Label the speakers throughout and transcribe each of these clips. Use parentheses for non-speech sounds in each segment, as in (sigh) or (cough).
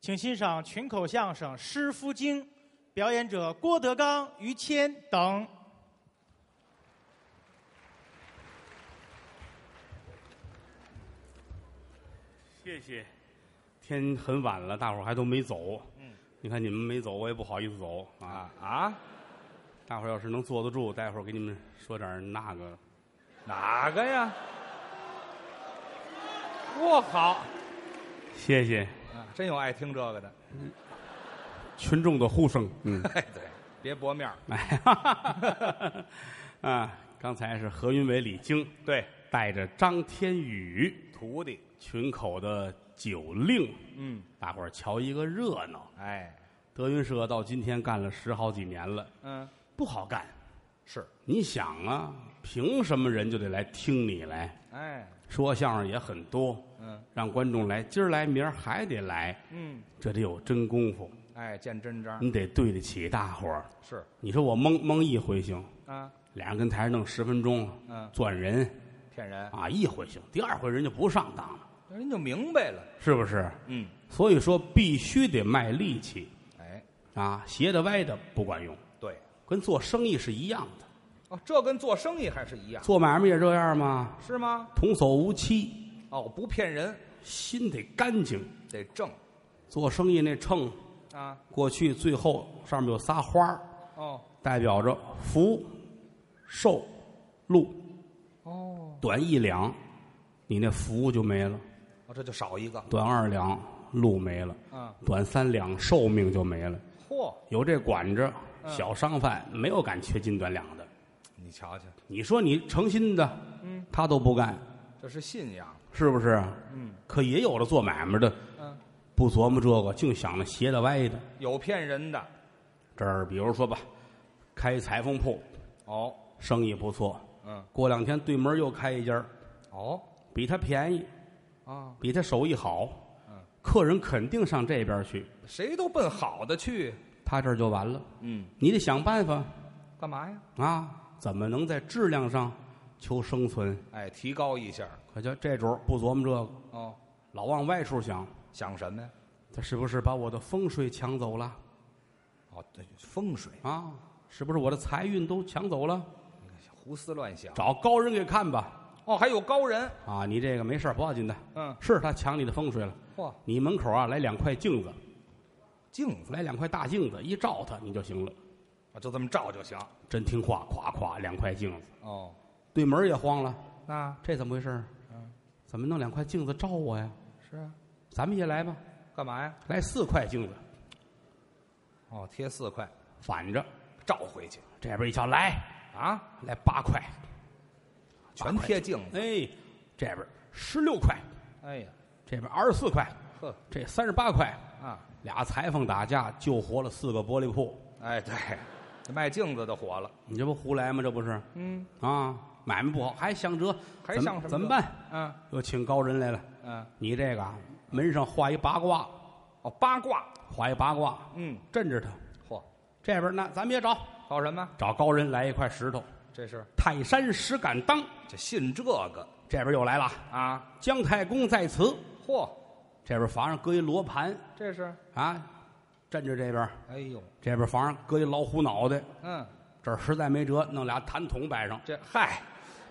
Speaker 1: 请欣赏群口相声《师傅经》，表演者郭德纲、于谦等。
Speaker 2: 谢谢。天很晚了，大伙儿还都没走。嗯，你看你们没走，我也不好意思走啊啊！大伙儿要是能坐得住，待会儿给你们说点儿那个。
Speaker 3: 哪个呀？我好，
Speaker 2: 谢谢
Speaker 3: 啊，真有爱听这个的。
Speaker 2: 群众的呼声。嗯，
Speaker 3: 哎， (laughs) 对，别薄面儿
Speaker 2: 哎，哈哈 (laughs) 啊，刚才是何云伟、李菁
Speaker 3: 对，
Speaker 2: 带着张天宇
Speaker 3: 徒弟，
Speaker 2: 群口的酒令，
Speaker 3: 嗯，
Speaker 2: 大伙儿瞧一个热闹。
Speaker 3: 哎，
Speaker 2: 德云社到今天干了十好几年了，
Speaker 3: 嗯，
Speaker 2: 不好干。
Speaker 3: 是，
Speaker 2: 你想啊，凭什么人就得来听你来
Speaker 3: 哎，
Speaker 2: 说相声也很多，
Speaker 3: 嗯
Speaker 2: 让观众来，今儿来明儿还得来，
Speaker 3: 嗯，
Speaker 2: 这得有真功夫，
Speaker 3: 哎，见真章
Speaker 2: 你得对得起大伙儿。
Speaker 3: 是
Speaker 2: 你说我蒙蒙一回行，
Speaker 3: 啊，
Speaker 2: 俩人跟台上弄十分钟，
Speaker 3: 嗯，
Speaker 2: 钻人
Speaker 3: 骗人，
Speaker 2: 啊，一回行，第二回人就不上当了，
Speaker 3: 人就明白了，
Speaker 2: 是不是？
Speaker 3: 嗯，
Speaker 2: 所以说必须得卖力气
Speaker 3: 哎，
Speaker 2: 啊，斜的歪的不管用，
Speaker 3: 对，
Speaker 2: 跟做生意是一样的，
Speaker 3: 哦，这跟做生意还是一样，
Speaker 2: 做买卖也这样嘛，
Speaker 3: 是吗？
Speaker 2: 童叟无欺，
Speaker 3: 哦，不骗人，
Speaker 2: 心得干净。
Speaker 3: 得正
Speaker 2: 做生意那秤，
Speaker 3: 啊，
Speaker 2: 过去最后上面有仨花儿
Speaker 3: 哦
Speaker 2: 代表着福、寿、禄，
Speaker 3: 哦，
Speaker 2: 短一两，你那福就没了；
Speaker 3: 哦，这就少一个，
Speaker 2: 短二两，禄没了；
Speaker 3: 嗯，
Speaker 2: 短三两，寿命就没了。
Speaker 3: 嚯，
Speaker 2: 有这管着，
Speaker 3: 嗯
Speaker 2: 小商贩没有敢缺斤短两的。
Speaker 3: 你瞧瞧，
Speaker 2: 你说你诚心的，
Speaker 3: 嗯，
Speaker 2: 他都不干，
Speaker 3: 这是信仰，
Speaker 2: 是不是？
Speaker 3: 嗯
Speaker 2: 可也有的做买卖的
Speaker 3: 嗯，
Speaker 2: 不琢磨这个，净想着斜的歪的。
Speaker 3: 有骗人的，
Speaker 2: 这儿比如说吧，开裁缝铺，
Speaker 3: 哦，
Speaker 2: 生意不错，
Speaker 3: 嗯，
Speaker 2: 过两天对门又开一家儿，
Speaker 3: 哦
Speaker 2: 比他便宜，
Speaker 3: 啊，
Speaker 2: 比他手艺好，
Speaker 3: 嗯，
Speaker 2: 客人肯定上这边去，
Speaker 3: 谁都奔好的去，
Speaker 2: 他这儿就完了。
Speaker 3: 嗯，
Speaker 2: 你得想办法
Speaker 3: 干嘛呀？
Speaker 2: 啊，怎么能在质量上求生存？
Speaker 3: 哎，提高一下，
Speaker 2: 可就这主儿不琢磨这个，
Speaker 3: 哦，
Speaker 2: 老往外处想，
Speaker 3: 想什么呀？
Speaker 2: 他是不是把我的风水抢走了
Speaker 3: 哦，对，风水，
Speaker 2: 啊？是不是我的财运都抢走了？
Speaker 3: 胡思乱想，
Speaker 2: 找高人给看吧。
Speaker 3: 哦，还有高人，
Speaker 2: 啊，你这个没事儿不要紧的，
Speaker 3: 嗯，
Speaker 2: 是他抢你的风水了。
Speaker 3: 嚯，
Speaker 2: 你门口啊来两块镜子，
Speaker 3: 镜子
Speaker 2: 来两块大镜子，一照它你就行了。
Speaker 3: 啊，就这么照就行，
Speaker 2: 真听话，夸夸两块镜子，
Speaker 3: 哦，
Speaker 2: 对门儿也慌了，
Speaker 3: 那
Speaker 2: 这怎么回事儿？怎么弄两块镜子照我呀？
Speaker 3: 是啊，
Speaker 2: 咱们也来吧，
Speaker 3: 干嘛呀？
Speaker 2: 来四块镜子，
Speaker 3: 哦，贴四块，
Speaker 2: 反着
Speaker 3: 照回去
Speaker 2: 这边一瞧，来
Speaker 3: 啊，
Speaker 2: 来八块，
Speaker 3: 全贴镜子，
Speaker 2: 哎，这边十六块，
Speaker 3: 哎呀，
Speaker 2: 这边二十四块，
Speaker 3: 呵
Speaker 2: 这三十八块，
Speaker 3: 啊，
Speaker 2: 俩裁缝打架救活了四个玻璃铺，
Speaker 3: 哎，对，这卖镜子的火了，
Speaker 2: 你这不胡来吗？这不是
Speaker 3: 嗯，
Speaker 2: 啊，买卖不好还想辙，
Speaker 3: 还
Speaker 2: 怎么
Speaker 3: 想什么辙
Speaker 2: 怎么办？
Speaker 3: 嗯
Speaker 2: 又请高人来了，
Speaker 3: 嗯，
Speaker 2: 你这个啊门上画一八卦，
Speaker 3: 哦，八卦，
Speaker 2: 画一八卦，
Speaker 3: 嗯，
Speaker 2: 镇着他。
Speaker 3: 嚯，
Speaker 2: 这边呢，咱们也找
Speaker 3: 搞什么？
Speaker 2: 找高人来一块石头，
Speaker 3: 这是
Speaker 2: 泰山石敢当。
Speaker 3: 这信这个
Speaker 2: 这边又来了，
Speaker 3: 啊，
Speaker 2: 姜太公在此。
Speaker 3: 嚯，
Speaker 2: 这边房上搁一罗盘
Speaker 3: 这是，
Speaker 2: 啊，镇着这边。
Speaker 3: 哎呦，
Speaker 2: 这边房上搁一老虎脑袋，
Speaker 3: 嗯。
Speaker 2: 这儿实在没辙，弄俩痰筒摆上。
Speaker 3: 这嗨，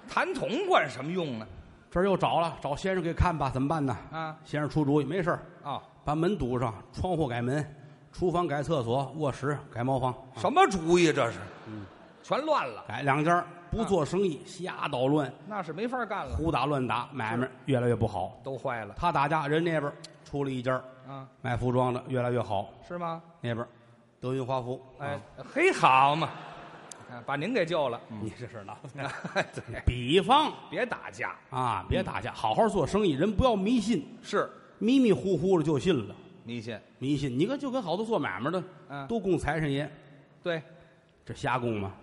Speaker 3: 痰桶管什么用呢？
Speaker 2: 这儿又找了，找先生给看吧，怎么办呢？
Speaker 3: 啊
Speaker 2: 先生出主意，没事儿
Speaker 3: 啊，
Speaker 2: 把门堵上，窗户改门，厨房改厕所，卧室改茅房，啊
Speaker 3: 什么主意这是？嗯，全乱了，
Speaker 2: 改两家儿不做生意，瞎捣乱，
Speaker 3: 那是没法干了，
Speaker 2: 胡打乱打，买卖越来越不好。
Speaker 3: 都坏了
Speaker 2: 他打架，人那边儿出了一家儿
Speaker 3: 啊？
Speaker 2: 卖服装的，越来越好。
Speaker 3: 是吗？
Speaker 2: 那边儿德云华服，
Speaker 3: 哎
Speaker 2: 啊，，
Speaker 3: 嘿，好嘛，啊把您给救了。嗯
Speaker 2: 你这是闹
Speaker 3: (laughs) 对，
Speaker 2: 比方
Speaker 3: 别打架，
Speaker 2: 啊，别打架，好好做生意，人不要迷信，
Speaker 3: 是
Speaker 2: 迷迷糊糊的就信了。
Speaker 3: 迷信。
Speaker 2: 迷信，你看就跟好多做买卖的，
Speaker 3: 嗯
Speaker 2: 都供财神爷，
Speaker 3: 对，
Speaker 2: 这瞎供吗？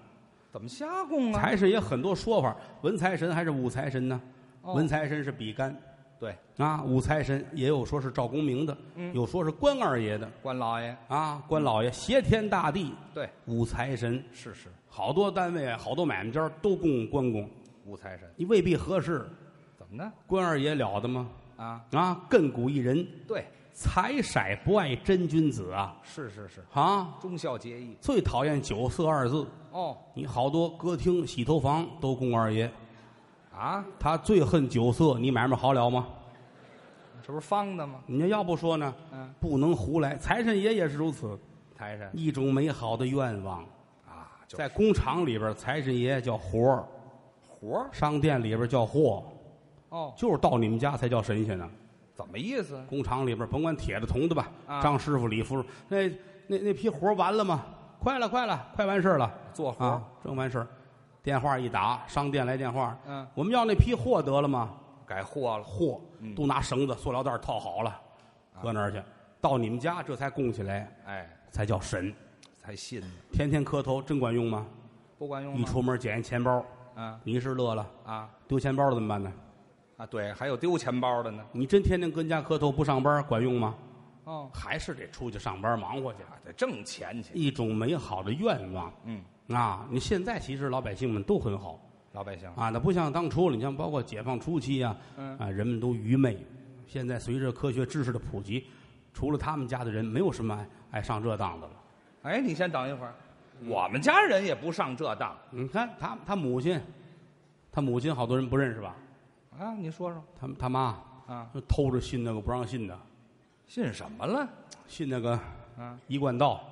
Speaker 3: 怎么瞎供啊？
Speaker 2: 财神爷很多说法，文财神还是武财神呢？
Speaker 3: 哦
Speaker 2: 文财神是比干
Speaker 3: 对，
Speaker 2: 啊，武财神也有说是赵公明的，有说是关二爷的
Speaker 3: 关老爷，
Speaker 2: 啊，关老爷挟天大地，
Speaker 3: 对，
Speaker 2: 武财神
Speaker 3: 是是
Speaker 2: 好多单位、好多买卖家都供关公，
Speaker 3: 五财神，
Speaker 2: 你未必合适。
Speaker 3: 怎么呢？
Speaker 2: 关二爷了得吗？
Speaker 3: 啊，
Speaker 2: 啊，亘古一人，
Speaker 3: 对，
Speaker 2: 财色不爱真君子啊
Speaker 3: 是是是，
Speaker 2: 啊！
Speaker 3: 忠孝节义。
Speaker 2: 最讨厌酒色二字。
Speaker 3: 哦
Speaker 2: 你好多歌厅、洗头房都供二爷，
Speaker 3: 啊，
Speaker 2: 他最恨酒色。你买卖好了吗？
Speaker 3: 这不是方的吗？
Speaker 2: 你要要不说呢，
Speaker 3: 嗯，
Speaker 2: 不能胡来。财神爷也是如此，
Speaker 3: 财神
Speaker 2: 一种美好的愿望。
Speaker 3: 啊，就
Speaker 2: 在工厂里边，财神爷叫活儿
Speaker 3: 活儿
Speaker 2: 商店里边叫货，
Speaker 3: 哦，啊
Speaker 2: 就是到你们家才叫神仙呢。
Speaker 3: 怎么意思？
Speaker 2: 工厂里边甭管铁的、铜的吧，
Speaker 3: 啊
Speaker 2: 张师傅、李夫人，那那那批活儿完了吗？快了，快了，快完事儿了
Speaker 3: 做活
Speaker 2: 啊
Speaker 3: 儿，！
Speaker 2: 正完事儿，电话一打，商店来电话，
Speaker 3: 嗯，
Speaker 2: 我们要那批货得了吗？
Speaker 3: 改货了。
Speaker 2: 货嗯啊都拿绳子、塑料袋套好了，搁那儿去。到你们家这才供起来，
Speaker 3: 哎，
Speaker 2: 才叫神。
Speaker 3: 才信呢，
Speaker 2: 天天磕头真管用吗？
Speaker 3: 不管用
Speaker 2: 一
Speaker 3: 吗？
Speaker 2: 出门捡一钱包，
Speaker 3: 啊
Speaker 2: 你是乐了。
Speaker 3: 啊
Speaker 2: 丢钱包了怎么办呢？
Speaker 3: 啊！对，还有丢钱包的呢。
Speaker 2: 你真天天跟家磕头不上班管用吗？
Speaker 3: 哦，
Speaker 2: 还是得出去上班忙活去。
Speaker 3: 啊得挣钱去。
Speaker 2: 一种美好的愿望
Speaker 3: 嗯，
Speaker 2: 啊！你现在其实老百姓们都很好
Speaker 3: 老百姓，
Speaker 2: 啊，那不像当初了。你像包括解放初期啊，
Speaker 3: 嗯
Speaker 2: 啊，人们都愚昧。现在随着科学知识的普及，除了他们家的人，没有什么爱爱上这当的了。
Speaker 3: 哎，你先等一会儿，嗯我们家人也不上这当
Speaker 2: 你看他他母亲，他母亲好多人不认识吧？
Speaker 3: 啊！你说说
Speaker 2: 他他妈
Speaker 3: 啊，
Speaker 2: 就偷着信那个不让信的，
Speaker 3: 信什么了？
Speaker 2: 信那个
Speaker 3: 啊，
Speaker 2: 一贯道。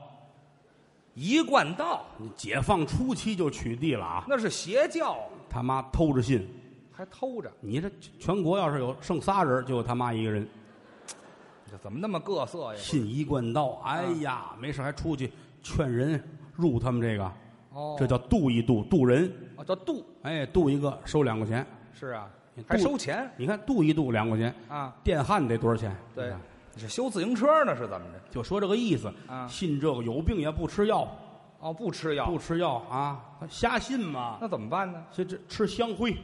Speaker 3: 一贯道
Speaker 2: 解放初期就取缔了啊！
Speaker 3: 那是邪教，
Speaker 2: 他妈偷着信，
Speaker 3: 还偷着，
Speaker 2: 你这全国要是有剩仨人，就有他妈一个人
Speaker 3: 这怎么那么各色呀？
Speaker 2: 信一贯道。哎
Speaker 3: 嗯
Speaker 2: 呀，没事还出去劝人入他们这个，
Speaker 3: 哦，
Speaker 2: 这叫渡一渡渡人。
Speaker 3: 哦叫度
Speaker 2: 哎，渡一个收两块钱，
Speaker 3: 是啊
Speaker 2: 你，度
Speaker 3: 还收钱
Speaker 2: 你看渡一渡两块钱，
Speaker 3: 啊？
Speaker 2: 电焊得多少钱？你
Speaker 3: 对
Speaker 2: 看，
Speaker 3: 你是修自行车呢是怎么着？
Speaker 2: 就说这个意思。
Speaker 3: 啊
Speaker 2: 信这个有病也不吃药，
Speaker 3: 哦，不吃药
Speaker 2: 不，吃药啊，瞎信嘛。
Speaker 3: 那怎么办呢？
Speaker 2: 所以这吃香灰，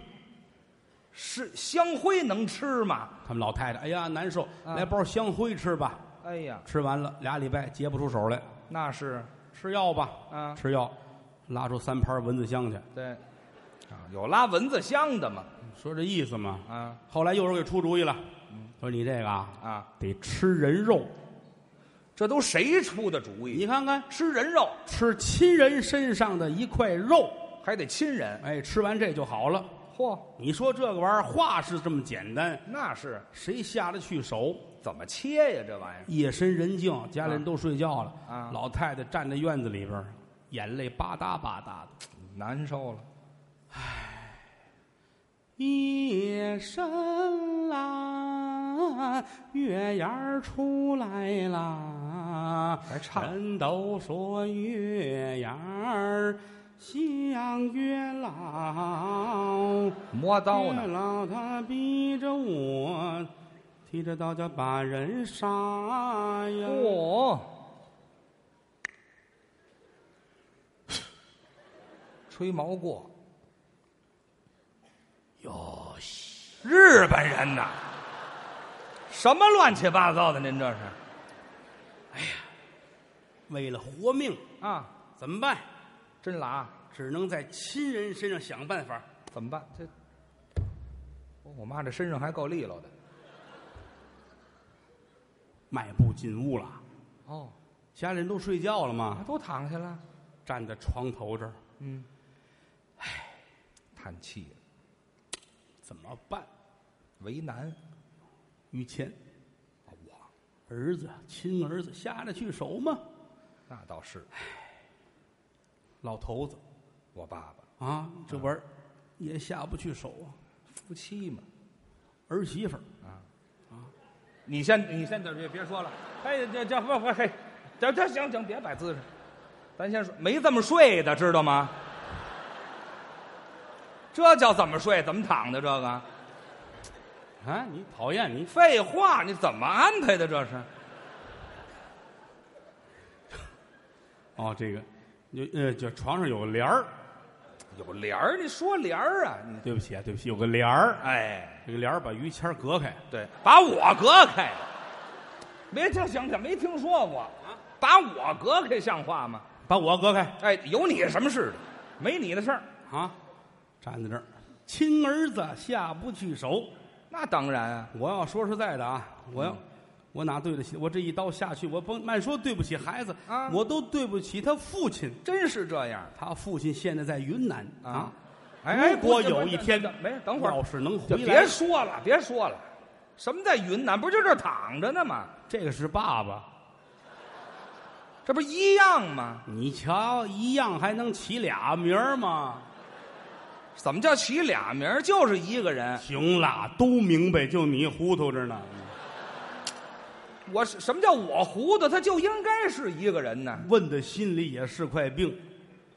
Speaker 3: 是香灰能吃吗？
Speaker 2: 他们老太太，哎呀难受，
Speaker 3: 啊
Speaker 2: 来包香灰吃吧。
Speaker 3: 哎呀，
Speaker 2: 吃完了俩礼拜结不出手来，
Speaker 3: 那是
Speaker 2: 吃药吧，
Speaker 3: 啊，
Speaker 2: 吃药，拉出三盘蚊子香去，
Speaker 3: 对，啊，有拉蚊子香的嘛？
Speaker 2: 说这意思嘛。
Speaker 3: 啊
Speaker 2: 后来有人给出主意了，说你这个啊
Speaker 3: 啊，
Speaker 2: 得吃人肉，
Speaker 3: 这都谁出的主
Speaker 2: 你
Speaker 3: 意？
Speaker 2: 看看
Speaker 3: 吃人肉
Speaker 2: 吃亲人身上的一块肉，
Speaker 3: 还得亲人，
Speaker 2: 哎，吃完这就好了。
Speaker 3: 嚯，
Speaker 2: 你说这个玩意儿话是这么简单，
Speaker 3: 那是
Speaker 2: 谁下得去手？
Speaker 3: 怎么切呀？这玩意儿
Speaker 2: 夜深人静，家里人都睡觉了，
Speaker 3: 啊
Speaker 2: 老太太站在院子里边儿，眼泪吧嗒吧嗒的。
Speaker 3: 难受了。
Speaker 2: 夜深啦，月牙儿出来啦，
Speaker 3: 还唱
Speaker 2: 人都说月牙儿像月老，
Speaker 3: 磨刀
Speaker 2: 月
Speaker 3: 呢？
Speaker 2: 老他逼着我提着刀就把人杀呀。
Speaker 3: 哦，吹毛过
Speaker 2: 哟，
Speaker 3: 日本人呐，什么乱七八糟的？您这是
Speaker 2: 为了活命
Speaker 3: 啊？
Speaker 2: 怎么办？
Speaker 3: 真拉
Speaker 2: 只能在亲人身上想办法。
Speaker 3: 怎么办？这哦我妈这身上还够利落的
Speaker 2: 迈步进屋了，
Speaker 3: 哦，
Speaker 2: 家里人都睡觉了吗？
Speaker 3: 啊都躺下了，
Speaker 2: 站在床头这儿
Speaker 3: 嗯，唉，叹气
Speaker 2: 怎么办？
Speaker 3: 为难，
Speaker 2: 于谦
Speaker 3: 我
Speaker 2: 儿子亲儿子下得去手吗？
Speaker 3: 那倒是
Speaker 2: 老头子
Speaker 3: 我爸爸
Speaker 2: 啊，这玩意儿也下不去手啊。
Speaker 3: 夫妻嘛。
Speaker 2: 儿媳妇儿
Speaker 3: 你先，你先等，别别说了。哎，这这不不嘿，这这行行，别摆姿势，咱先说，没这么睡的，知道吗？这叫怎么睡？怎么躺的？这个
Speaker 2: 啊，你讨厌你
Speaker 3: 废话，你怎么安排的？这是
Speaker 2: 哦，这个就呃，就床上有个帘儿，
Speaker 3: 有帘儿，你说帘儿啊？你
Speaker 2: 对不起啊，对不起，有个帘儿，
Speaker 3: 哎，
Speaker 2: 这个帘儿把于谦儿隔开，
Speaker 3: 对，把我隔开，没听行行，没听说过啊？把我隔开像话吗？
Speaker 2: 把我隔开
Speaker 3: 哎，有你什么事的？没你的事儿，
Speaker 2: 啊，站在这儿，亲儿子下不去手。
Speaker 3: 那当然啊。嗯
Speaker 2: 我要说实在的啊，我要我哪对得起？我这一刀下去，我甭慢说对不起孩子
Speaker 3: 啊
Speaker 2: 我都对不起他父亲。
Speaker 3: 真是这样
Speaker 2: 他父亲现在在云南
Speaker 3: 啊
Speaker 2: 啊。
Speaker 3: 哎，
Speaker 2: 如果
Speaker 3: 不是
Speaker 2: 有一天
Speaker 3: 不是，没事，等会儿
Speaker 2: 要是能回
Speaker 3: 就
Speaker 2: 来，
Speaker 3: 别说了，别说了，什么在云南？不就这儿躺着呢吗？
Speaker 2: 这个是爸爸，
Speaker 3: 这不一样吗？
Speaker 2: 你瞧，一样还能起俩名儿吗？
Speaker 3: 怎么叫起俩名儿？就是一个人。
Speaker 2: 行啦，都明白，就你糊涂着呢。
Speaker 3: 我是什么叫我糊涂？他就应该是一个人呢。
Speaker 2: 问的心里也是块病，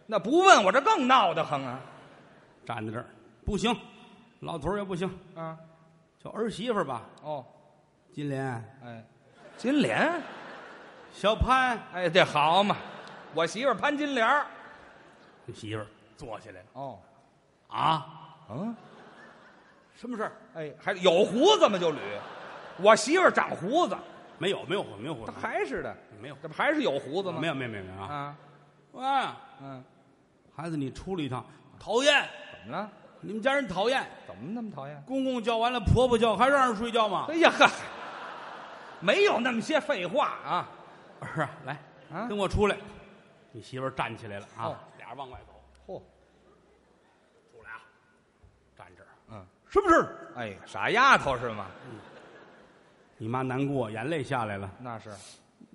Speaker 3: 那不问我这更闹得慌啊！
Speaker 2: 站在这儿不行，老头儿也不行，
Speaker 3: 啊，
Speaker 2: 叫儿媳妇儿吧，
Speaker 3: 哦，
Speaker 2: 金莲、
Speaker 3: 哎，金莲，
Speaker 2: 小潘，
Speaker 3: 哎，这好嘛，我媳妇儿潘金莲儿
Speaker 2: 媳妇儿坐起来了
Speaker 3: 哦，
Speaker 2: 啊，
Speaker 3: 嗯，
Speaker 2: 什么事儿？
Speaker 3: 哎，还有胡子吗？就捋，我媳妇儿长胡子，
Speaker 2: 没有，没有，没有，没有
Speaker 3: 她，还是的，
Speaker 2: 没有，
Speaker 3: 这不还是有胡子吗？
Speaker 2: 没有，没有，没有没有啊！
Speaker 3: 啊，
Speaker 2: 喂，
Speaker 3: 嗯，
Speaker 2: 孩子，你出来一趟，讨厌，
Speaker 3: 怎么了？
Speaker 2: 你们家人讨厌，
Speaker 3: 怎么那么讨厌？
Speaker 2: 公公叫完了，婆婆叫，还让人睡觉吗
Speaker 3: 哎？呀呵，没有那么些废话啊！
Speaker 2: 儿啊，来，
Speaker 3: 啊
Speaker 2: 跟我出来。你媳妇儿站起来了
Speaker 3: 哦
Speaker 2: 啊，俩人往外走，
Speaker 3: 嚯，
Speaker 2: 出来啊，站这儿，啊
Speaker 3: 嗯，
Speaker 2: 什么事儿？
Speaker 3: 哎，傻丫头是吗？
Speaker 2: 你妈难过，眼泪下来了，
Speaker 3: 那是，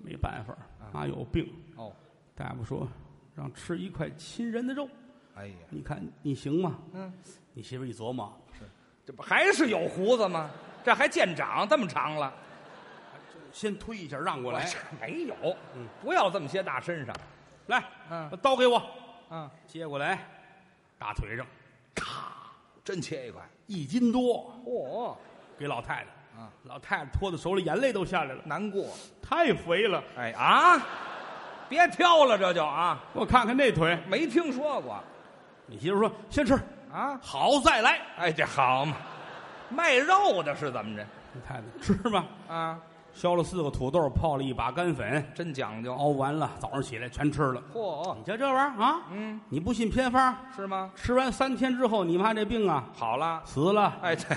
Speaker 2: 没办法，
Speaker 3: 啊
Speaker 2: 妈有病。
Speaker 3: 哦，
Speaker 2: 大夫说让吃一块亲人的肉，
Speaker 3: 哎呀，
Speaker 2: 你看你行吗？
Speaker 3: 嗯，
Speaker 2: 你媳妇儿一琢磨，
Speaker 3: 这不还是有胡子吗？这还见长这么长了？
Speaker 2: 先推一下让过来，
Speaker 3: 这没有，
Speaker 2: 嗯
Speaker 3: 不要这么些大身上
Speaker 2: 来，
Speaker 3: 嗯
Speaker 2: 把刀给我，
Speaker 3: 啊！
Speaker 2: 接过来，大腿上
Speaker 3: 真切一块，
Speaker 2: 一斤多，
Speaker 3: 嚯、
Speaker 2: 给老太太。
Speaker 3: 啊，
Speaker 2: 老太太托在手里，眼泪都下来了，
Speaker 3: 难过。
Speaker 2: 太肥了。
Speaker 3: 哎啊，别挑了，这就啊，
Speaker 2: 我看看那腿，
Speaker 3: 没听说过
Speaker 2: 你媳妇说先吃，
Speaker 3: 啊。
Speaker 2: 好再来。
Speaker 3: 哎，这好嘛，卖肉的是怎么着
Speaker 2: 你太太吃吧，
Speaker 3: 啊？
Speaker 2: 削了四个土豆，泡了一把干粉，
Speaker 3: 真讲究。
Speaker 2: 熬完了，早上起来全吃了。
Speaker 3: 嚯、
Speaker 2: 你瞧这玩意儿啊，
Speaker 3: 嗯，
Speaker 2: 你不信偏方，
Speaker 3: 是吗？
Speaker 2: 吃完三天之后，你妈这病啊
Speaker 3: 好了，
Speaker 2: 死了。
Speaker 3: 哎，对，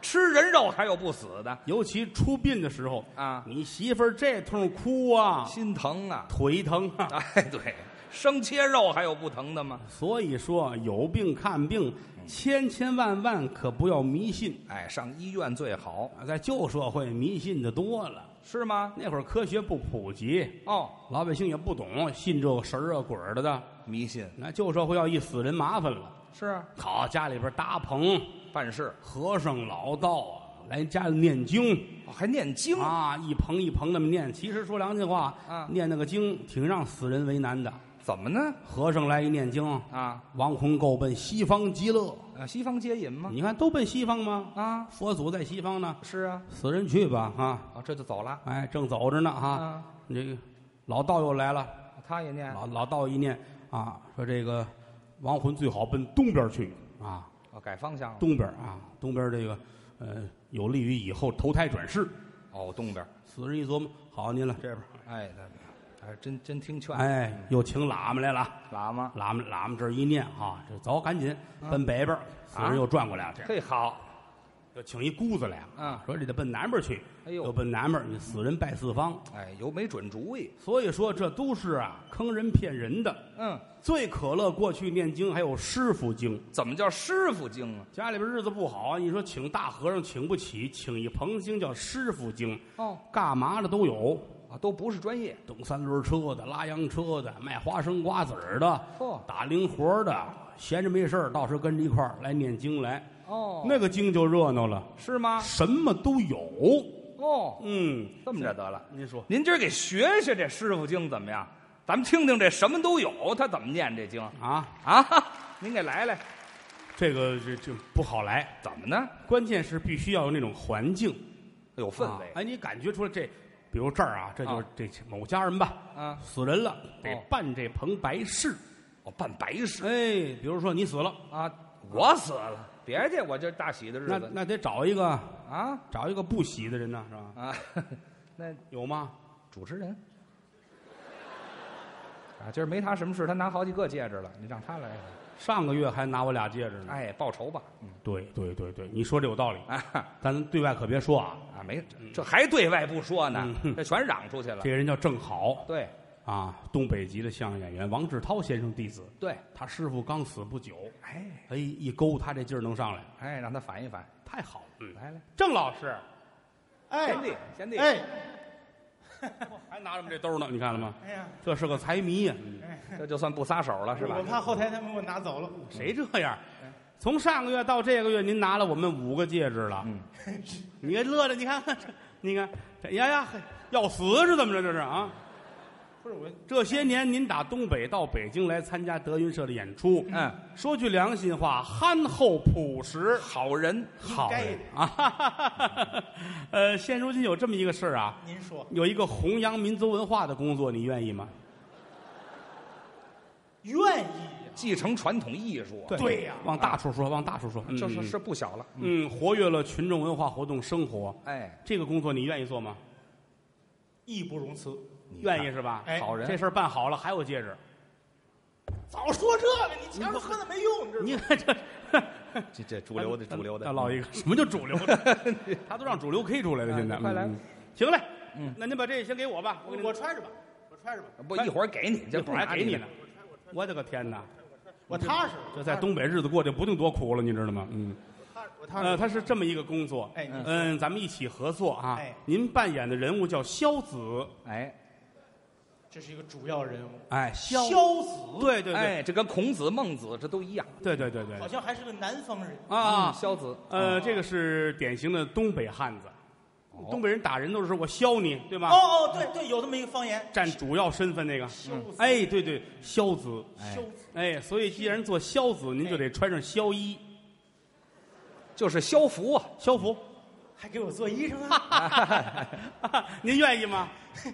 Speaker 3: 吃人肉还有不死的
Speaker 2: 尤其出殡的时候
Speaker 3: 啊
Speaker 2: 你媳妇儿这通哭啊，
Speaker 3: 心疼啊。
Speaker 2: 腿疼啊。
Speaker 3: 哎，对，生切肉还有不疼的吗？
Speaker 2: 所以说，有病看病，千千万万可不要迷信
Speaker 3: 哎，上医院最好，
Speaker 2: 啊！在旧社会，迷信的多了。
Speaker 3: 是吗？
Speaker 2: 那会儿科学不普及，
Speaker 3: 哦，
Speaker 2: 老百姓也不懂，信这个神儿啊鬼儿的的。
Speaker 3: 迷信
Speaker 2: 那旧社会要一死人麻烦了，
Speaker 3: 是啊，
Speaker 2: 好家里边搭棚，
Speaker 3: 办事、
Speaker 2: 和尚老道啊来家里念经
Speaker 3: 哦还念经
Speaker 2: 啊，一棚一棚那么念。其实说良心话，
Speaker 3: 啊
Speaker 2: 念那个经挺让死人为难的。
Speaker 3: 怎么呢？
Speaker 2: 和尚来一念经，
Speaker 3: 啊，
Speaker 2: 王洪够奔西方极乐。
Speaker 3: 呃，西方接引吗？
Speaker 2: 你看，都奔西方吗？
Speaker 3: 啊，
Speaker 2: 佛祖在西方呢，
Speaker 3: 是啊，
Speaker 2: 死人去吧啊！
Speaker 3: 啊，这就走了。
Speaker 2: 哎，正走着呢啊，
Speaker 3: 啊，哎
Speaker 2: 你这个老道又来了。
Speaker 3: 嗯他也念，
Speaker 2: 老老道一念啊，说这个亡魂最好奔东边去啊，
Speaker 3: 哦，改方向了。
Speaker 2: 东边啊，东边这个呃有利于以后投胎转世。
Speaker 3: 哦，东边。
Speaker 2: 死人一琢磨，好您了这边，
Speaker 3: 哎，那还真真听劝。，
Speaker 2: 哎，又请喇嘛来了，
Speaker 3: 喇嘛，
Speaker 2: 喇嘛喇嘛这一念啊，这走赶紧奔北边，死人又转过来了，这样
Speaker 3: 嘿，好，
Speaker 2: 又请一姑子来了，
Speaker 3: 嗯
Speaker 2: 说这得奔南边去，
Speaker 3: 哎呦
Speaker 2: 又奔南边，你死人拜四方。
Speaker 3: 哎，有没准主意。
Speaker 2: 所以说这都是啊坑人骗人的。
Speaker 3: 嗯，
Speaker 2: 最可乐过去念经还有师傅经。
Speaker 3: 怎么叫师傅经啊？
Speaker 2: 家里边日子不好啊，你说请大和尚请不起，请一棚经叫师傅经，
Speaker 3: 哦，
Speaker 2: 干嘛的都有，
Speaker 3: 啊，都不是专业。
Speaker 2: 蹬三轮车的、拉洋车的、卖花生瓜子儿的、
Speaker 3: 嚯
Speaker 2: 打零活的，闲着没事儿到时候跟着一块儿来念经来，
Speaker 3: 哦
Speaker 2: 那个经就热闹了，
Speaker 3: 是吗？
Speaker 2: 什么都有。
Speaker 3: 哦，
Speaker 2: 嗯，
Speaker 3: 这么着得了。
Speaker 2: 您说
Speaker 3: 您今儿给学学这师傅经怎么样？咱们听听这什么都有，他怎么念这经
Speaker 2: 啊，
Speaker 3: 啊？您给来来，
Speaker 2: 这个这这不好来，
Speaker 3: 怎么呢？
Speaker 2: 关键是必须要有那种环境
Speaker 3: 有氛围
Speaker 2: 啊哎，你感觉出来这，比如这儿啊，这就是
Speaker 3: 啊
Speaker 2: 这某家人吧，
Speaker 3: 啊！
Speaker 2: 死人了得
Speaker 3: 哦
Speaker 2: 办这棚白事。
Speaker 3: 我办白事
Speaker 2: 哎，比如说你死了，
Speaker 3: 啊，我死了，别介，我这大喜的日
Speaker 2: 那
Speaker 3: 子
Speaker 2: 那得找一个
Speaker 3: 啊
Speaker 2: 找一个不喜的人呢，是吧？
Speaker 3: 啊！ (laughs) 那
Speaker 2: 有吗？
Speaker 3: 主持人啊，今儿没他什么事，他拿好几个戒指了，你让他来
Speaker 2: 上个月还拿我俩戒指呢。
Speaker 3: 哎，报仇吧！
Speaker 2: 对对对对，你说这有道理，
Speaker 3: 啊
Speaker 2: 咱对外可别说啊。
Speaker 3: 啊，没这这还对外不说呢，
Speaker 2: 嗯
Speaker 3: 这全嚷出去
Speaker 2: (laughs)
Speaker 3: 了
Speaker 2: 这。人叫郑好
Speaker 3: 对
Speaker 2: 啊，东北籍的相声演员王志涛先生弟子，
Speaker 3: 对，
Speaker 2: 他师傅刚死不久，
Speaker 3: 哎
Speaker 2: 哎，一勾他这劲儿能上来，
Speaker 3: 哎，让他反一反，
Speaker 2: 太好了。嗯，
Speaker 3: 来来，
Speaker 2: 郑老师
Speaker 1: 哎
Speaker 3: 贤弟贤弟，
Speaker 1: 哎
Speaker 2: 还拿着我们这兜呢，你看了吗？
Speaker 1: 哎呀，
Speaker 2: 这是个财迷呀、
Speaker 3: 这就算不撒手了是吧
Speaker 1: 我？怕后台他们给我拿走了。
Speaker 2: 谁这样？从上个月到这个月，您拿了我们五个戒指了。
Speaker 3: 嗯，
Speaker 2: 你看乐的，你看看这，你看这呀呀，嘿要死是怎么着？这是啊！
Speaker 1: 不是我，
Speaker 2: 这些年您打东北到北京来参加德云社的演出，
Speaker 3: 嗯，
Speaker 2: 说句良心话，憨厚朴实，
Speaker 3: 好人
Speaker 2: 好
Speaker 1: 该
Speaker 2: 人啊！哈哈哈哈 (laughs) 呃，现如今有这么一个事儿啊，
Speaker 1: 您说
Speaker 2: 有一个弘扬民族文化的工作，你愿意吗？
Speaker 1: 愿意呀？
Speaker 3: 继承传统艺术，
Speaker 1: 对呀
Speaker 2: 往大处说，往大处说，
Speaker 3: 这
Speaker 2: 嗯
Speaker 3: 是是不小了。
Speaker 2: 嗯，活跃了群众文化活动生活，
Speaker 3: 哎，
Speaker 2: 这个工作你愿意做吗？
Speaker 1: 义不容辞。
Speaker 2: 嗯愿意是吧？
Speaker 1: 哎
Speaker 3: 好人
Speaker 2: 这事儿办好了还有戒指，
Speaker 1: 早说这个，你前面喝的没用，你知道吗？
Speaker 2: 你看这
Speaker 3: 这这 (laughs) 主流的主流
Speaker 2: 要
Speaker 3: 的，
Speaker 2: 落一个什么叫主
Speaker 3: (laughs)
Speaker 2: 流的？他都让主流 K 出来了，
Speaker 3: 哎
Speaker 2: 现在
Speaker 3: 快来
Speaker 2: 嗯
Speaker 3: 吧
Speaker 2: 行嘞，
Speaker 3: 嗯
Speaker 2: 那您把这个先给我吧，我给
Speaker 1: 我揣着吧，我揣着吧，
Speaker 3: 不一会儿给你，这
Speaker 2: 这
Speaker 3: 不
Speaker 2: 本儿
Speaker 3: 拿
Speaker 2: 还给你
Speaker 3: 的
Speaker 2: 呢，我的个天哪！
Speaker 1: 我踏实。
Speaker 2: 这在东北日子过得不定多苦了，你知道吗？嗯，
Speaker 1: 我踏实，我踏
Speaker 2: 呃，
Speaker 1: 实。
Speaker 2: 他是这么一个工作，
Speaker 1: 哎，你
Speaker 2: 嗯，咱们一起合作啊
Speaker 1: 哎。
Speaker 2: 您扮演的人物叫萧子，
Speaker 3: 哎
Speaker 1: 这是一个主要人物，
Speaker 2: 哎，萧，
Speaker 1: 萧子，
Speaker 2: 对对对
Speaker 3: 哎，这跟孔子、孟子这都一样
Speaker 2: 对对对对
Speaker 1: 好像还是个南方人。
Speaker 2: 啊
Speaker 3: 嗯，萧子，
Speaker 2: 呃，这个是典型的东北汉子，
Speaker 3: 哦
Speaker 2: 东北人打人都是我削你，对吧？
Speaker 1: 哦哦，对对，有这么一个方言。
Speaker 2: 占主要身份那个，
Speaker 1: 萧子，
Speaker 2: 哎，对对，萧子，
Speaker 3: 哎
Speaker 1: 萧子，
Speaker 2: 哎，所以既然做萧子，您就得穿上萧衣、
Speaker 3: 就是萧福啊，
Speaker 2: 萧 (laughs) 服，
Speaker 1: 还给我做衣裳啊？
Speaker 2: 您愿意 (laughs) 吗？ (laughs)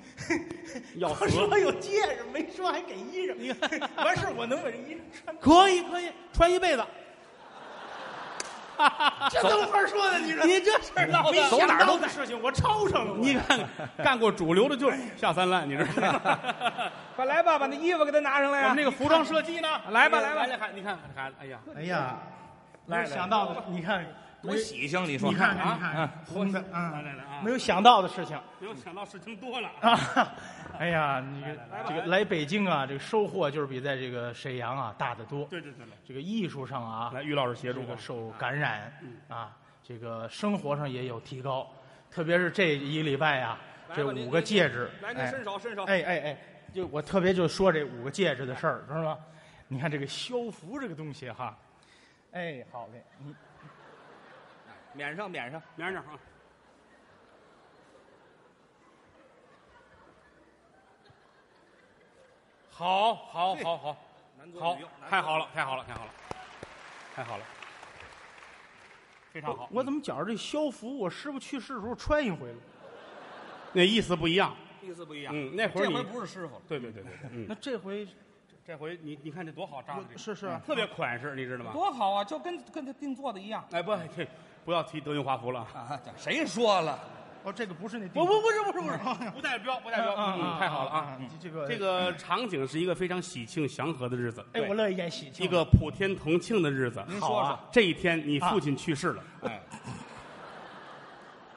Speaker 2: 要
Speaker 1: 我
Speaker 2: 死，
Speaker 1: (laughs) 说有戒指，没说还给衣裳。你看， (laughs) 完事儿我能把这衣裳穿，
Speaker 2: 可以可以，穿一辈子。 (laughs)
Speaker 1: 这都没法说的，你说。
Speaker 2: 你这事儿闹
Speaker 1: 没
Speaker 2: 的，
Speaker 1: 想
Speaker 3: 走哪儿
Speaker 1: 到
Speaker 3: 都
Speaker 1: 的事情，我抄上了我。
Speaker 2: 你看看，干过主流的就是下三滥，你知道 (laughs) 吗？
Speaker 3: 快来吧，把那衣服给他拿上来
Speaker 2: 我
Speaker 3: 啊
Speaker 2: 们！那个服装设计呢？
Speaker 3: (laughs) 来吧来吧
Speaker 2: 来看，你看，看，哎呀，
Speaker 1: 哎呀，没
Speaker 3: 来
Speaker 1: 有
Speaker 3: 来
Speaker 1: 想到的，你看，
Speaker 3: 多喜庆，你说
Speaker 1: 你看看，
Speaker 3: 啊
Speaker 1: 你看，红的啊
Speaker 2: 来来来啊，
Speaker 1: 没有想到的事情
Speaker 2: 没有想到事情多了啊。
Speaker 1: 啊！哎呀，你
Speaker 2: 来来
Speaker 1: 这
Speaker 2: 来
Speaker 1: 个来北京啊，这个收获就是比在这个沈阳啊大得多。
Speaker 2: 对对对，来
Speaker 1: 这个艺术上啊，
Speaker 2: 来，于老师协助
Speaker 1: 这
Speaker 2: 我
Speaker 1: 个。受感染
Speaker 2: 嗯
Speaker 1: 啊，这个生活上也有提高，特别是这一礼拜呀、
Speaker 2: 来吧
Speaker 1: 这
Speaker 2: 您
Speaker 1: 五个戒指，
Speaker 2: 来，您
Speaker 1: 哎
Speaker 2: 伸手伸 (laughs) 手。
Speaker 1: 哎哎哎，就我特别就说这五个戒指的事儿，知道吗？你看这个消福这个东西哈，哎，好嘞，你
Speaker 3: 免上免上，
Speaker 2: 明儿那儿啊，好，好，好，好，好，太好了，太好了，太好了，太好了，非常好。
Speaker 1: 我怎么觉着这消福我师傅去世的时候穿一回了？
Speaker 2: 那意思不一样？
Speaker 3: 意思不一样
Speaker 2: 嗯，那会儿
Speaker 3: 这
Speaker 2: 你
Speaker 3: 回不是师傅了，
Speaker 2: 对对对对，对嗯，
Speaker 1: 那这回
Speaker 2: 这回你你看这多好扎的这个，
Speaker 1: 是是啊
Speaker 2: 特别款式，你知道吗？
Speaker 3: 多好啊，就跟跟他定做的一样
Speaker 2: 哎，不，这不要提德云华服了啊，
Speaker 3: 啊！这谁说了？哎
Speaker 1: 哦，这个不是那
Speaker 2: 嗯
Speaker 1: 不
Speaker 2: 不不不是不是不是，不带标不带标，
Speaker 1: 啊
Speaker 2: 嗯，太好了啊！！
Speaker 1: 这个
Speaker 2: 这个场景是一个非常喜庆祥和的日子，
Speaker 1: 哎，我乐意演喜庆
Speaker 2: 一个普天同庆的日子。
Speaker 3: 嗯您
Speaker 2: 好啊
Speaker 3: 说说
Speaker 2: 这一天你父亲去世了，
Speaker 3: 哎，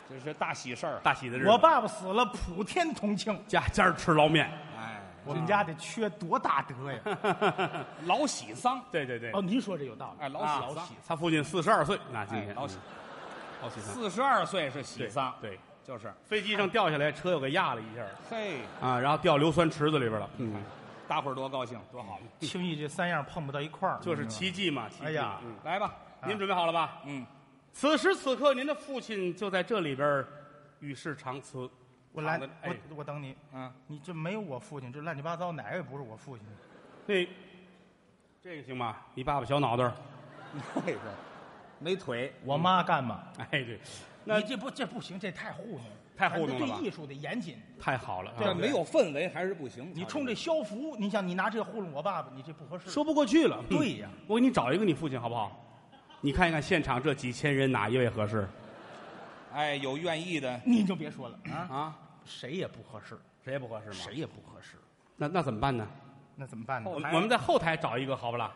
Speaker 3: 这是大喜事儿，啊
Speaker 2: 大喜的日子。
Speaker 1: 我爸爸死了，普天同庆，
Speaker 2: 家家儿吃捞面， (laughs)
Speaker 3: 哎，
Speaker 1: 我们家得缺多大德呀！
Speaker 2: 嗯
Speaker 3: 老喜丧，
Speaker 2: 对对对
Speaker 1: 哦，，您说这有道理
Speaker 3: 哎，老
Speaker 2: 啊
Speaker 3: 喜丧，
Speaker 2: 他父亲四十二岁，那今
Speaker 3: 哎，
Speaker 2: 天
Speaker 3: 老喜，
Speaker 2: 老喜丧，
Speaker 3: 四十二岁是喜
Speaker 2: 对
Speaker 3: 丧，
Speaker 2: 对，
Speaker 3: 就是
Speaker 2: 飞机上掉下来，车又给压了一下
Speaker 3: 嘿，
Speaker 2: 啊，然后掉硫酸池子里边了，嗯，
Speaker 3: 大伙儿多高兴，多好！
Speaker 1: 轻易这三样碰不到一块儿，
Speaker 2: 就是
Speaker 1: 你知道吗
Speaker 2: 奇迹嘛，奇迹。
Speaker 1: 哎呀
Speaker 2: 嗯
Speaker 3: 来吧，
Speaker 2: 您准备好了吧？
Speaker 3: 嗯，
Speaker 2: 此时此刻，您的父亲就在这里边儿与世长辞。
Speaker 1: 我来
Speaker 2: 躺着，哎
Speaker 1: 我我等你。
Speaker 3: (laughs) 啊，
Speaker 1: 你这没有我父亲，这乱七八糟哪个也不是我父亲。
Speaker 2: 嗯那这个行吗？你爸爸小脑袋儿，
Speaker 3: 这个没腿，
Speaker 1: 我妈干嘛？
Speaker 2: 哎，对，那
Speaker 1: 你这不这不行，这太糊弄了，
Speaker 2: 太糊弄了吧
Speaker 1: 咱们对艺术得严谨。
Speaker 2: 太好了，
Speaker 3: 这
Speaker 2: 啊
Speaker 3: 没有氛围还是不行。
Speaker 1: 你冲这消福，你想你拿这糊弄我爸爸，你这不合适。
Speaker 2: 说不过去了。
Speaker 1: 对呀
Speaker 2: 嗯我给你找一个你父亲好不好？你看一看现场这几千人哪一位合适
Speaker 3: 哎，有愿意的，
Speaker 1: 你就别说了，
Speaker 2: 啊？
Speaker 1: 谁也不合适，
Speaker 2: 谁也不合适吗？
Speaker 1: 谁啊也不合适。
Speaker 2: 那那怎么办呢？
Speaker 1: 那怎么办呢
Speaker 2: 我
Speaker 3: 后？
Speaker 2: 们
Speaker 3: 台
Speaker 2: 我们在后台找一个好不啦？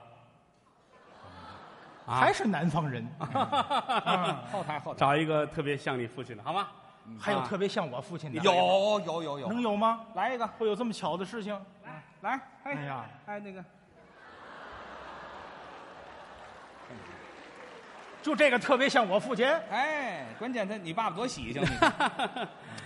Speaker 2: 啊
Speaker 1: 还是南方人。
Speaker 3: (laughs)
Speaker 1: 嗯
Speaker 3: 后台后台
Speaker 2: 找一个特别像你父亲的，好吗？
Speaker 1: 还有特别像我父亲的，
Speaker 3: 有有有
Speaker 1: 能
Speaker 3: 有，
Speaker 1: 有吗？
Speaker 3: 来一个，
Speaker 1: 会有这么巧的事情？
Speaker 3: 来，
Speaker 1: 哎
Speaker 3: 哎
Speaker 1: 呀，
Speaker 3: 哎那个，
Speaker 1: 就这个特别像我父亲，
Speaker 3: 哎，关键他你爸爸多喜庆，你 (laughs) 看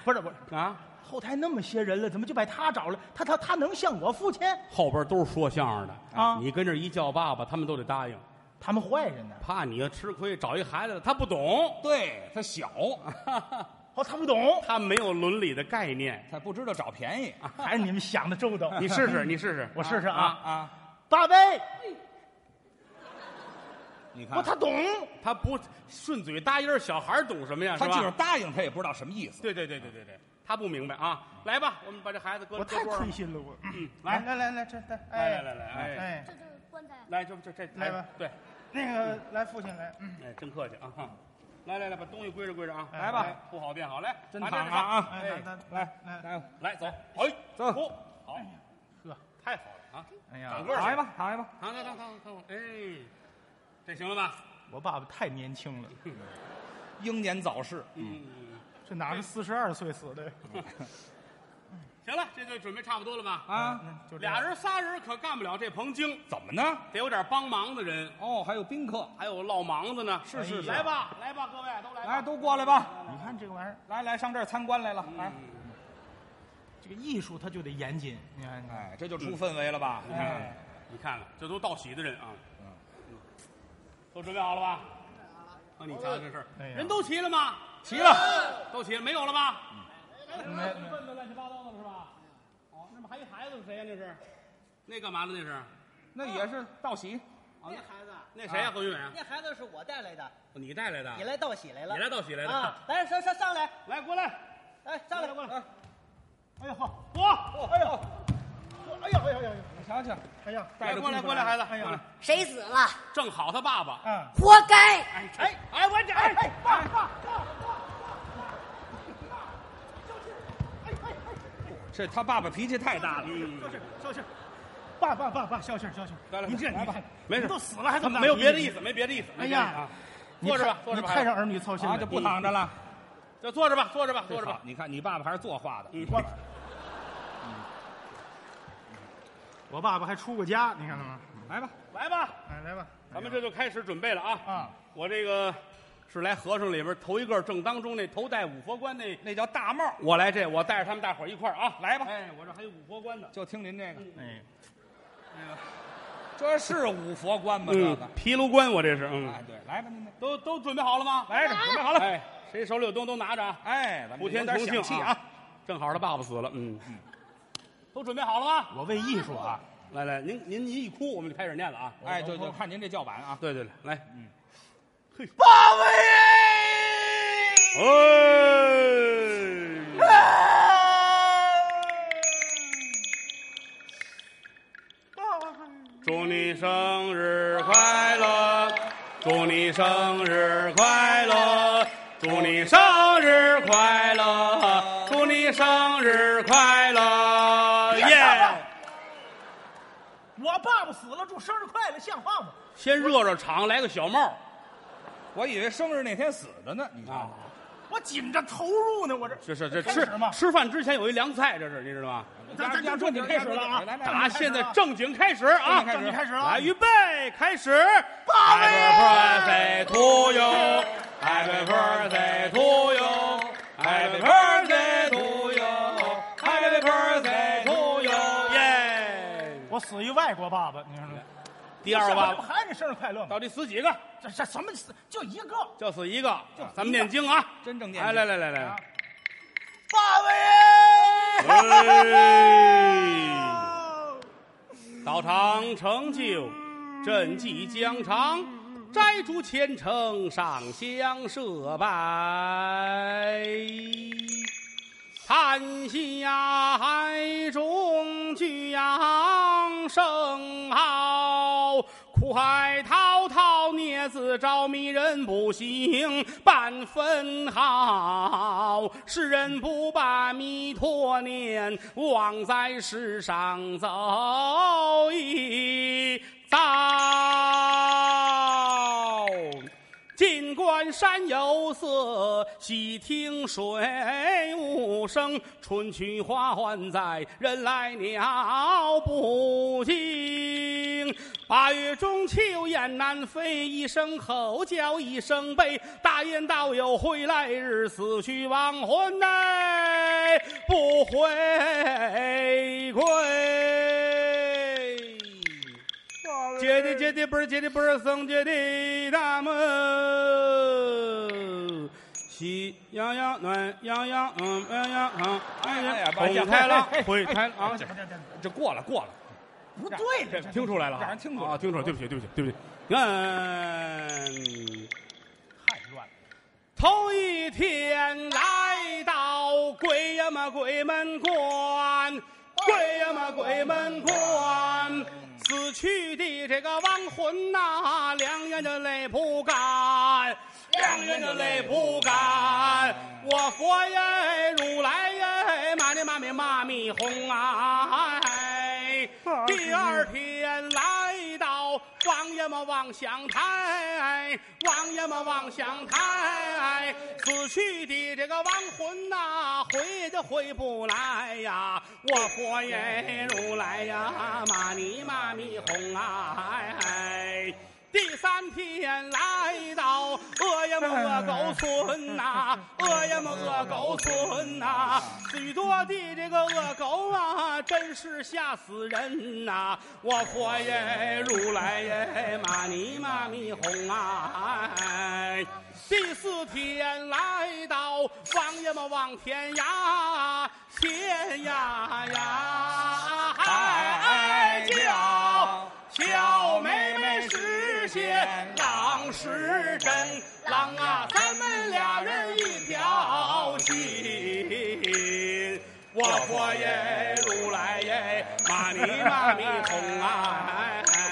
Speaker 1: 不是不是，
Speaker 2: 啊，
Speaker 1: 后台那么些人了，怎么就把他找了？他他他能像我父亲？
Speaker 2: 后边都是说相声的
Speaker 1: 啊
Speaker 2: 你跟这一叫爸爸，他们都得答应，
Speaker 1: 他们坏人呢？
Speaker 2: 怕你要吃亏，找一孩子他不懂，
Speaker 3: 对他小，
Speaker 1: 哦，他不懂，
Speaker 2: 他没有伦理的概
Speaker 3: (laughs)
Speaker 2: 念。
Speaker 3: 他不知道找便宜啊
Speaker 1: 还是你们想的周到。
Speaker 2: 你试试，你试试，
Speaker 1: 我试试啊，
Speaker 3: 啊！
Speaker 1: 八杯，
Speaker 3: 你看
Speaker 1: 我哦他懂，
Speaker 2: 他不顺嘴答应，小孩懂什么呀？
Speaker 3: 他
Speaker 2: 是吧
Speaker 3: 即使答应，他也不知道什么意思。
Speaker 2: 对对对对对对，他不明白啊。来吧，我们把这孩子搁
Speaker 1: 我
Speaker 2: 搁
Speaker 1: 太
Speaker 2: 桌上
Speaker 1: 亏。心了，我。
Speaker 2: 嗯，
Speaker 1: 来来
Speaker 2: 来
Speaker 1: 来来，这这，
Speaker 2: 来
Speaker 1: 哎
Speaker 2: 来来来，哎，
Speaker 1: 哎，
Speaker 4: 这就是棺材。
Speaker 2: 来，就就这哎
Speaker 1: 来吧
Speaker 2: 对，
Speaker 1: 那个来，父亲来，嗯，
Speaker 2: 哎，真客气啊！哈来来来，把东西归置归置啊！
Speaker 1: 哎
Speaker 2: 来
Speaker 1: 来
Speaker 2: 吧，不好变好，来，
Speaker 3: 真
Speaker 2: 把这
Speaker 3: 躺
Speaker 2: 个
Speaker 3: 啊啊
Speaker 2: 上
Speaker 1: 哎，来
Speaker 2: 哎，
Speaker 1: 来来来，
Speaker 3: 来，
Speaker 2: 来走，哎，
Speaker 3: 走
Speaker 2: 哦好，
Speaker 1: 呵，
Speaker 2: 太好了啊！
Speaker 1: 哎
Speaker 2: 长
Speaker 1: 呀，
Speaker 2: 个儿
Speaker 3: 躺
Speaker 2: 去
Speaker 3: 下，吧，躺下吧。
Speaker 2: 躺躺躺躺躺，哎，这行了吧？
Speaker 1: 我爸爸太年轻了，
Speaker 3: 英年早逝，
Speaker 2: 嗯，
Speaker 1: 这哪是四十二岁死的？
Speaker 2: 行了，这就准备差不多了吧？
Speaker 3: 啊，
Speaker 1: 嗯就这样
Speaker 2: 俩人仨人可干不了这棚经，
Speaker 3: 怎么呢？
Speaker 2: 得有点帮忙的人，
Speaker 3: 哦，还有宾客，
Speaker 2: 还有落忙的呢。
Speaker 3: 是是是
Speaker 2: 来吧来吧，各位都来吧，
Speaker 3: 来都过来吧，
Speaker 1: 你看这个玩意儿，嗯
Speaker 3: 来来上这儿参观来了，来，
Speaker 1: 这个艺术它就得严谨，你看，你看
Speaker 3: 哎，这就出氛围了吧？你看
Speaker 1: 哎，
Speaker 2: 你看看，这都道喜的人啊，嗯，都准备好了吧？啊，你瞧瞧这事儿，
Speaker 1: 哎呀
Speaker 2: 人都齐了吗？
Speaker 3: 齐了，
Speaker 2: 都齐了，没有了吧？
Speaker 1: 没没
Speaker 2: 问的乱七八糟的了是吧？哦，那么还一孩子是谁呀？那是？那干嘛的？那是？
Speaker 3: 那也是道喜，
Speaker 5: 那孩子，
Speaker 2: 那谁呀？何云伟啊？哦
Speaker 5: 那孩子是我带来的，
Speaker 2: 你带来的？
Speaker 5: 你来道喜来了，
Speaker 2: 你来道喜来的
Speaker 5: 啊！来，上上上来，
Speaker 2: 来过来，
Speaker 5: 来上
Speaker 2: 过
Speaker 5: 来，
Speaker 2: 来过来
Speaker 5: 来，
Speaker 1: 哎呦呵，
Speaker 2: 我
Speaker 1: 哎呦，哎呦哎呦哎呦，
Speaker 3: 你瞧瞧，
Speaker 1: 哎呦，
Speaker 3: 带着
Speaker 2: 过来
Speaker 3: 姑
Speaker 2: 过
Speaker 3: 父
Speaker 2: 来，孩子，啊
Speaker 1: 哎呀
Speaker 2: 过来，
Speaker 4: 谁死了？
Speaker 2: 正好他爸爸。
Speaker 1: 嗯，
Speaker 4: 活该！
Speaker 2: 哎哎哎，我这哎哎爸爸，
Speaker 3: 这他爸爸脾气太大了，
Speaker 2: 嗯，
Speaker 1: 消气消气，爸爸爸爸，消气消气，
Speaker 3: 来来
Speaker 1: 你这
Speaker 3: 来
Speaker 1: 你
Speaker 3: 吧
Speaker 1: 看，
Speaker 2: 没事
Speaker 1: 你都死了还这么大
Speaker 2: 没有别的
Speaker 1: 脾
Speaker 2: 意
Speaker 1: 气
Speaker 2: 思，没别的意思。
Speaker 1: 哎呀
Speaker 2: 没别的意思啊，坐
Speaker 1: 你
Speaker 2: 着吧，坐着
Speaker 1: 太
Speaker 2: 吧，
Speaker 1: 你太让儿女操心
Speaker 3: 啊，
Speaker 1: 了，
Speaker 3: 就不躺着了，
Speaker 2: 就坐着吧，坐着吧，坐着
Speaker 3: 好
Speaker 2: 吧。
Speaker 3: 你看你爸爸还是作画的，
Speaker 2: 嗯，
Speaker 1: 我爸爸还出过家，你看到吗？
Speaker 3: 来吧，
Speaker 2: 来吧，
Speaker 1: 哎，来吧，
Speaker 2: 咱们这就开始准备了啊。
Speaker 1: 啊，
Speaker 2: 我这个是来和尚里边头一个正当中那头戴五佛冠那
Speaker 3: 那叫大帽，
Speaker 2: 我来这，我带着他们大伙儿一块儿啊，
Speaker 3: 来吧
Speaker 2: 哎，我这还有五佛观呢。
Speaker 3: 就听您这个，
Speaker 1: 哎，
Speaker 3: 这是五佛观吗？这个，
Speaker 2: 嗯毗卢观我这是，
Speaker 3: 哎，
Speaker 2: 嗯，
Speaker 3: 对，来吧，您这，
Speaker 2: 都都准备好了吗？
Speaker 3: 来着，准备好了，
Speaker 2: 哎，谁手里有东西都拿着啊，
Speaker 3: 哎，咱们
Speaker 2: 普天
Speaker 3: 有
Speaker 2: 同庆
Speaker 3: 点响气
Speaker 2: 啊！正好他爸爸死了，嗯，都准备好了吗？
Speaker 1: 我为艺术啊，
Speaker 2: 来来，您您您一哭，我们就开始念了啊。
Speaker 3: 哎，就就看您这叫板啊，
Speaker 2: 对对对，来，嗯，嘿，
Speaker 3: 八位，
Speaker 2: 哎，祝你生日快乐，祝你生日快乐，祝你生日快乐，祝你生日快乐，耶！
Speaker 1: 哎我爸爸死了，祝生日快乐，像话吗？
Speaker 2: 先热热场，来个小帽
Speaker 3: 我以为生日那天死的呢，你看
Speaker 2: 啊，！
Speaker 1: 我紧着投入呢，我这
Speaker 2: 这是这
Speaker 1: 开
Speaker 2: 吃
Speaker 1: 始嘛
Speaker 2: 吃饭之前有一凉菜，这是你知道吗？
Speaker 1: 咱咱咱正经开始了啊！
Speaker 3: 来来
Speaker 2: 打
Speaker 3: 来，
Speaker 2: 现在正经开始啊！
Speaker 1: 正经开始了啊
Speaker 2: 来，预备，开始。Happy birthday to you, Happy birthday to you, Happy birthday to you, Happy birthday to you，耶！
Speaker 1: 我死一外国爸爸，你看
Speaker 2: 第二
Speaker 1: 爸
Speaker 2: 吧
Speaker 1: 爸，还是生日快乐吗？
Speaker 2: 到底死几个？
Speaker 1: 这这什么死？就一个
Speaker 2: 就死一个。咱们念经啊！
Speaker 3: 真正念
Speaker 2: 哎，
Speaker 3: 经
Speaker 2: 来来来哎来，
Speaker 1: 爸爸耶！ (laughs)
Speaker 2: 哎道长成就，赈济疆场，摘竹千层上香设拜，檀香海中巨扬声号，苦海滔滔孽子招迷人不行半分好，世人不把弥陀念，枉在世上走一。到。近观山有色，细听水无声。春去花还在，人来鸟不惊。八月中秋雁南飞，一声吼叫一声悲。大雁道有回来日，死去亡魂哎，不回归。姐的姐的不是姐的不是僧姐的大门。喜洋洋暖洋洋，嗯洋洋嗯，哎
Speaker 3: 哎呀
Speaker 2: 呀，
Speaker 3: 哎呀
Speaker 2: 红太狼
Speaker 3: 哎哎
Speaker 2: 灰太狼，
Speaker 3: 这过了过了，
Speaker 5: 不对
Speaker 2: 这
Speaker 5: 的，
Speaker 2: 听出来了啊，
Speaker 3: 让人听出来了
Speaker 2: 啊，听出来，对不起，对不起，对不起。嗯，
Speaker 1: 太乱了。
Speaker 2: 头一天来到鬼呀嘛鬼门关，鬼呀嘛鬼门关，死去的这个亡魂呐、两眼就泪不干，两眼就泪不干。我佛耶，如来耶，妈咪妈咪妈咪哄啊！哎第二天来到王爷嘛望乡台，王爷嘛望乡台，死去的这个亡魂呐、回就回不来呀！我佛爷如来呀，玛尼玛咪哄啊！哎第三天来到恶呀么恶狗村呐、恶呀么恶狗村呐、许多的这个恶狗啊，真是吓死人呐、我佛耶，如来耶，玛尼玛咪哄啊！哎第四天来到王爷么望天涯，天涯呀，哎叫。小妹妹实现郎是真，郎啊，咱们俩人一条心。我佛耶，如来耶，玛尼玛咪哄啊！哎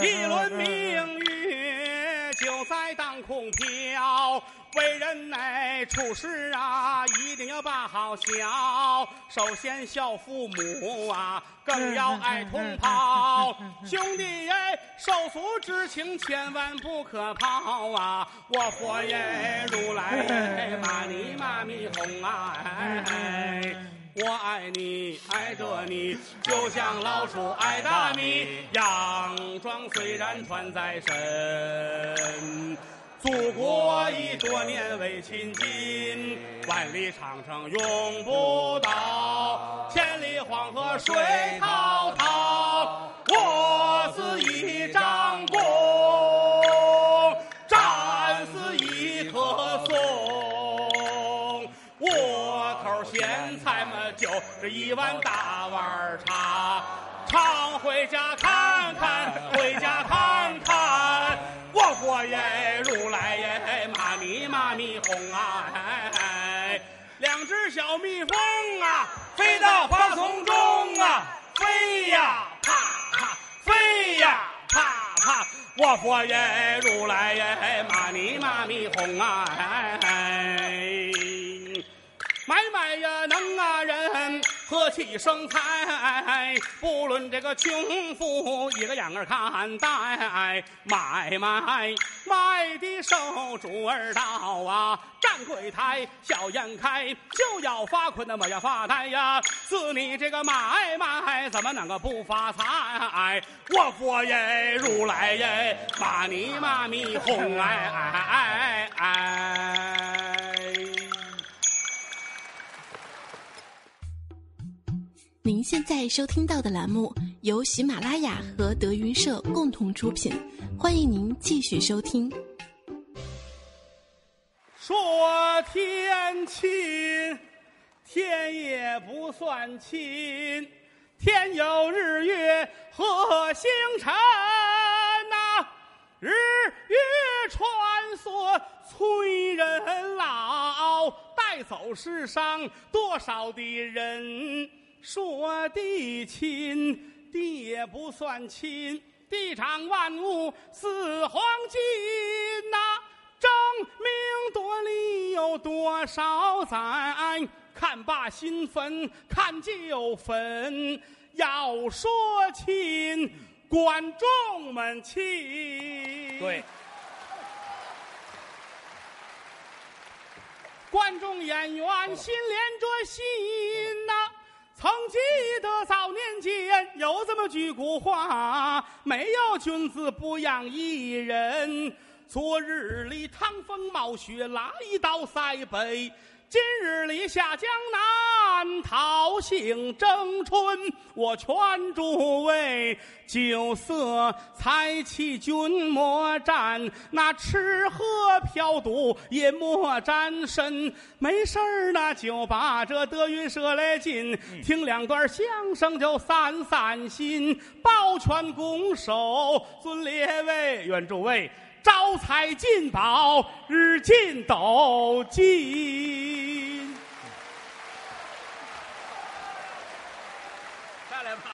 Speaker 2: 一轮明月就在当空飘。为人哎，处事啊，一定要把好孝。首先孝父母啊，更要爱同胞。兄弟耶，手足之情千万不可抛啊！我佛耶，如来哎耶，玛尼玛咪哄啊！哎我爱你，爱着你，就像老鼠爱大米。洋装虽然穿在身，祖国已多年为亲近。万里长城永不倒，千里黄河水滔滔。我是一张弓，战是一棵松。窝头咸菜嘛，就这一碗大碗茶，常回家看看，回家看看，我佛耶，如来耶，妈咪妈咪哄啊！哎两只小蜜蜂啊，飞到花丛中啊，飞呀啪啪，飞呀啪啪。我佛耶，如来耶，玛尼玛咪哄啊！哎哎买卖呀，能啊人，和气生财。不论这个穷富，一个样儿看待。买卖卖的手主儿到啊，站柜台小眼开，就要发困那么呀发呆呀。自你这个买卖，怎么能个不发财？哎我佛耶，如来耶，玛尼玛咪哄哎哎哎哎。
Speaker 4: 您现在收听到的栏目由喜马拉雅和德云社共同出品，欢迎您继续收听。
Speaker 2: 说天亲，天也不算亲，天有日月和星辰呐、日月穿梭催人老，带走世上多少的人。说地亲，地也不算亲，地长万物似黄金呐、争名夺利有多少载？看罢新坟，看旧坟。要说亲，观众们起。
Speaker 3: 对，
Speaker 2: 观众演员心连着心呐、曾记得早年间有这么句古话：没有君子不养艺人。昨日里趟风冒雪来到塞北，今日里下江南讨杏争春。我劝诸位酒色财气君莫沾，那吃喝嫖赌也莫沾身。没事儿呢就把这德云社来进，听两段相声就散散心。抱拳拱手，尊列位，愿诸位。招财进宝，日进斗金。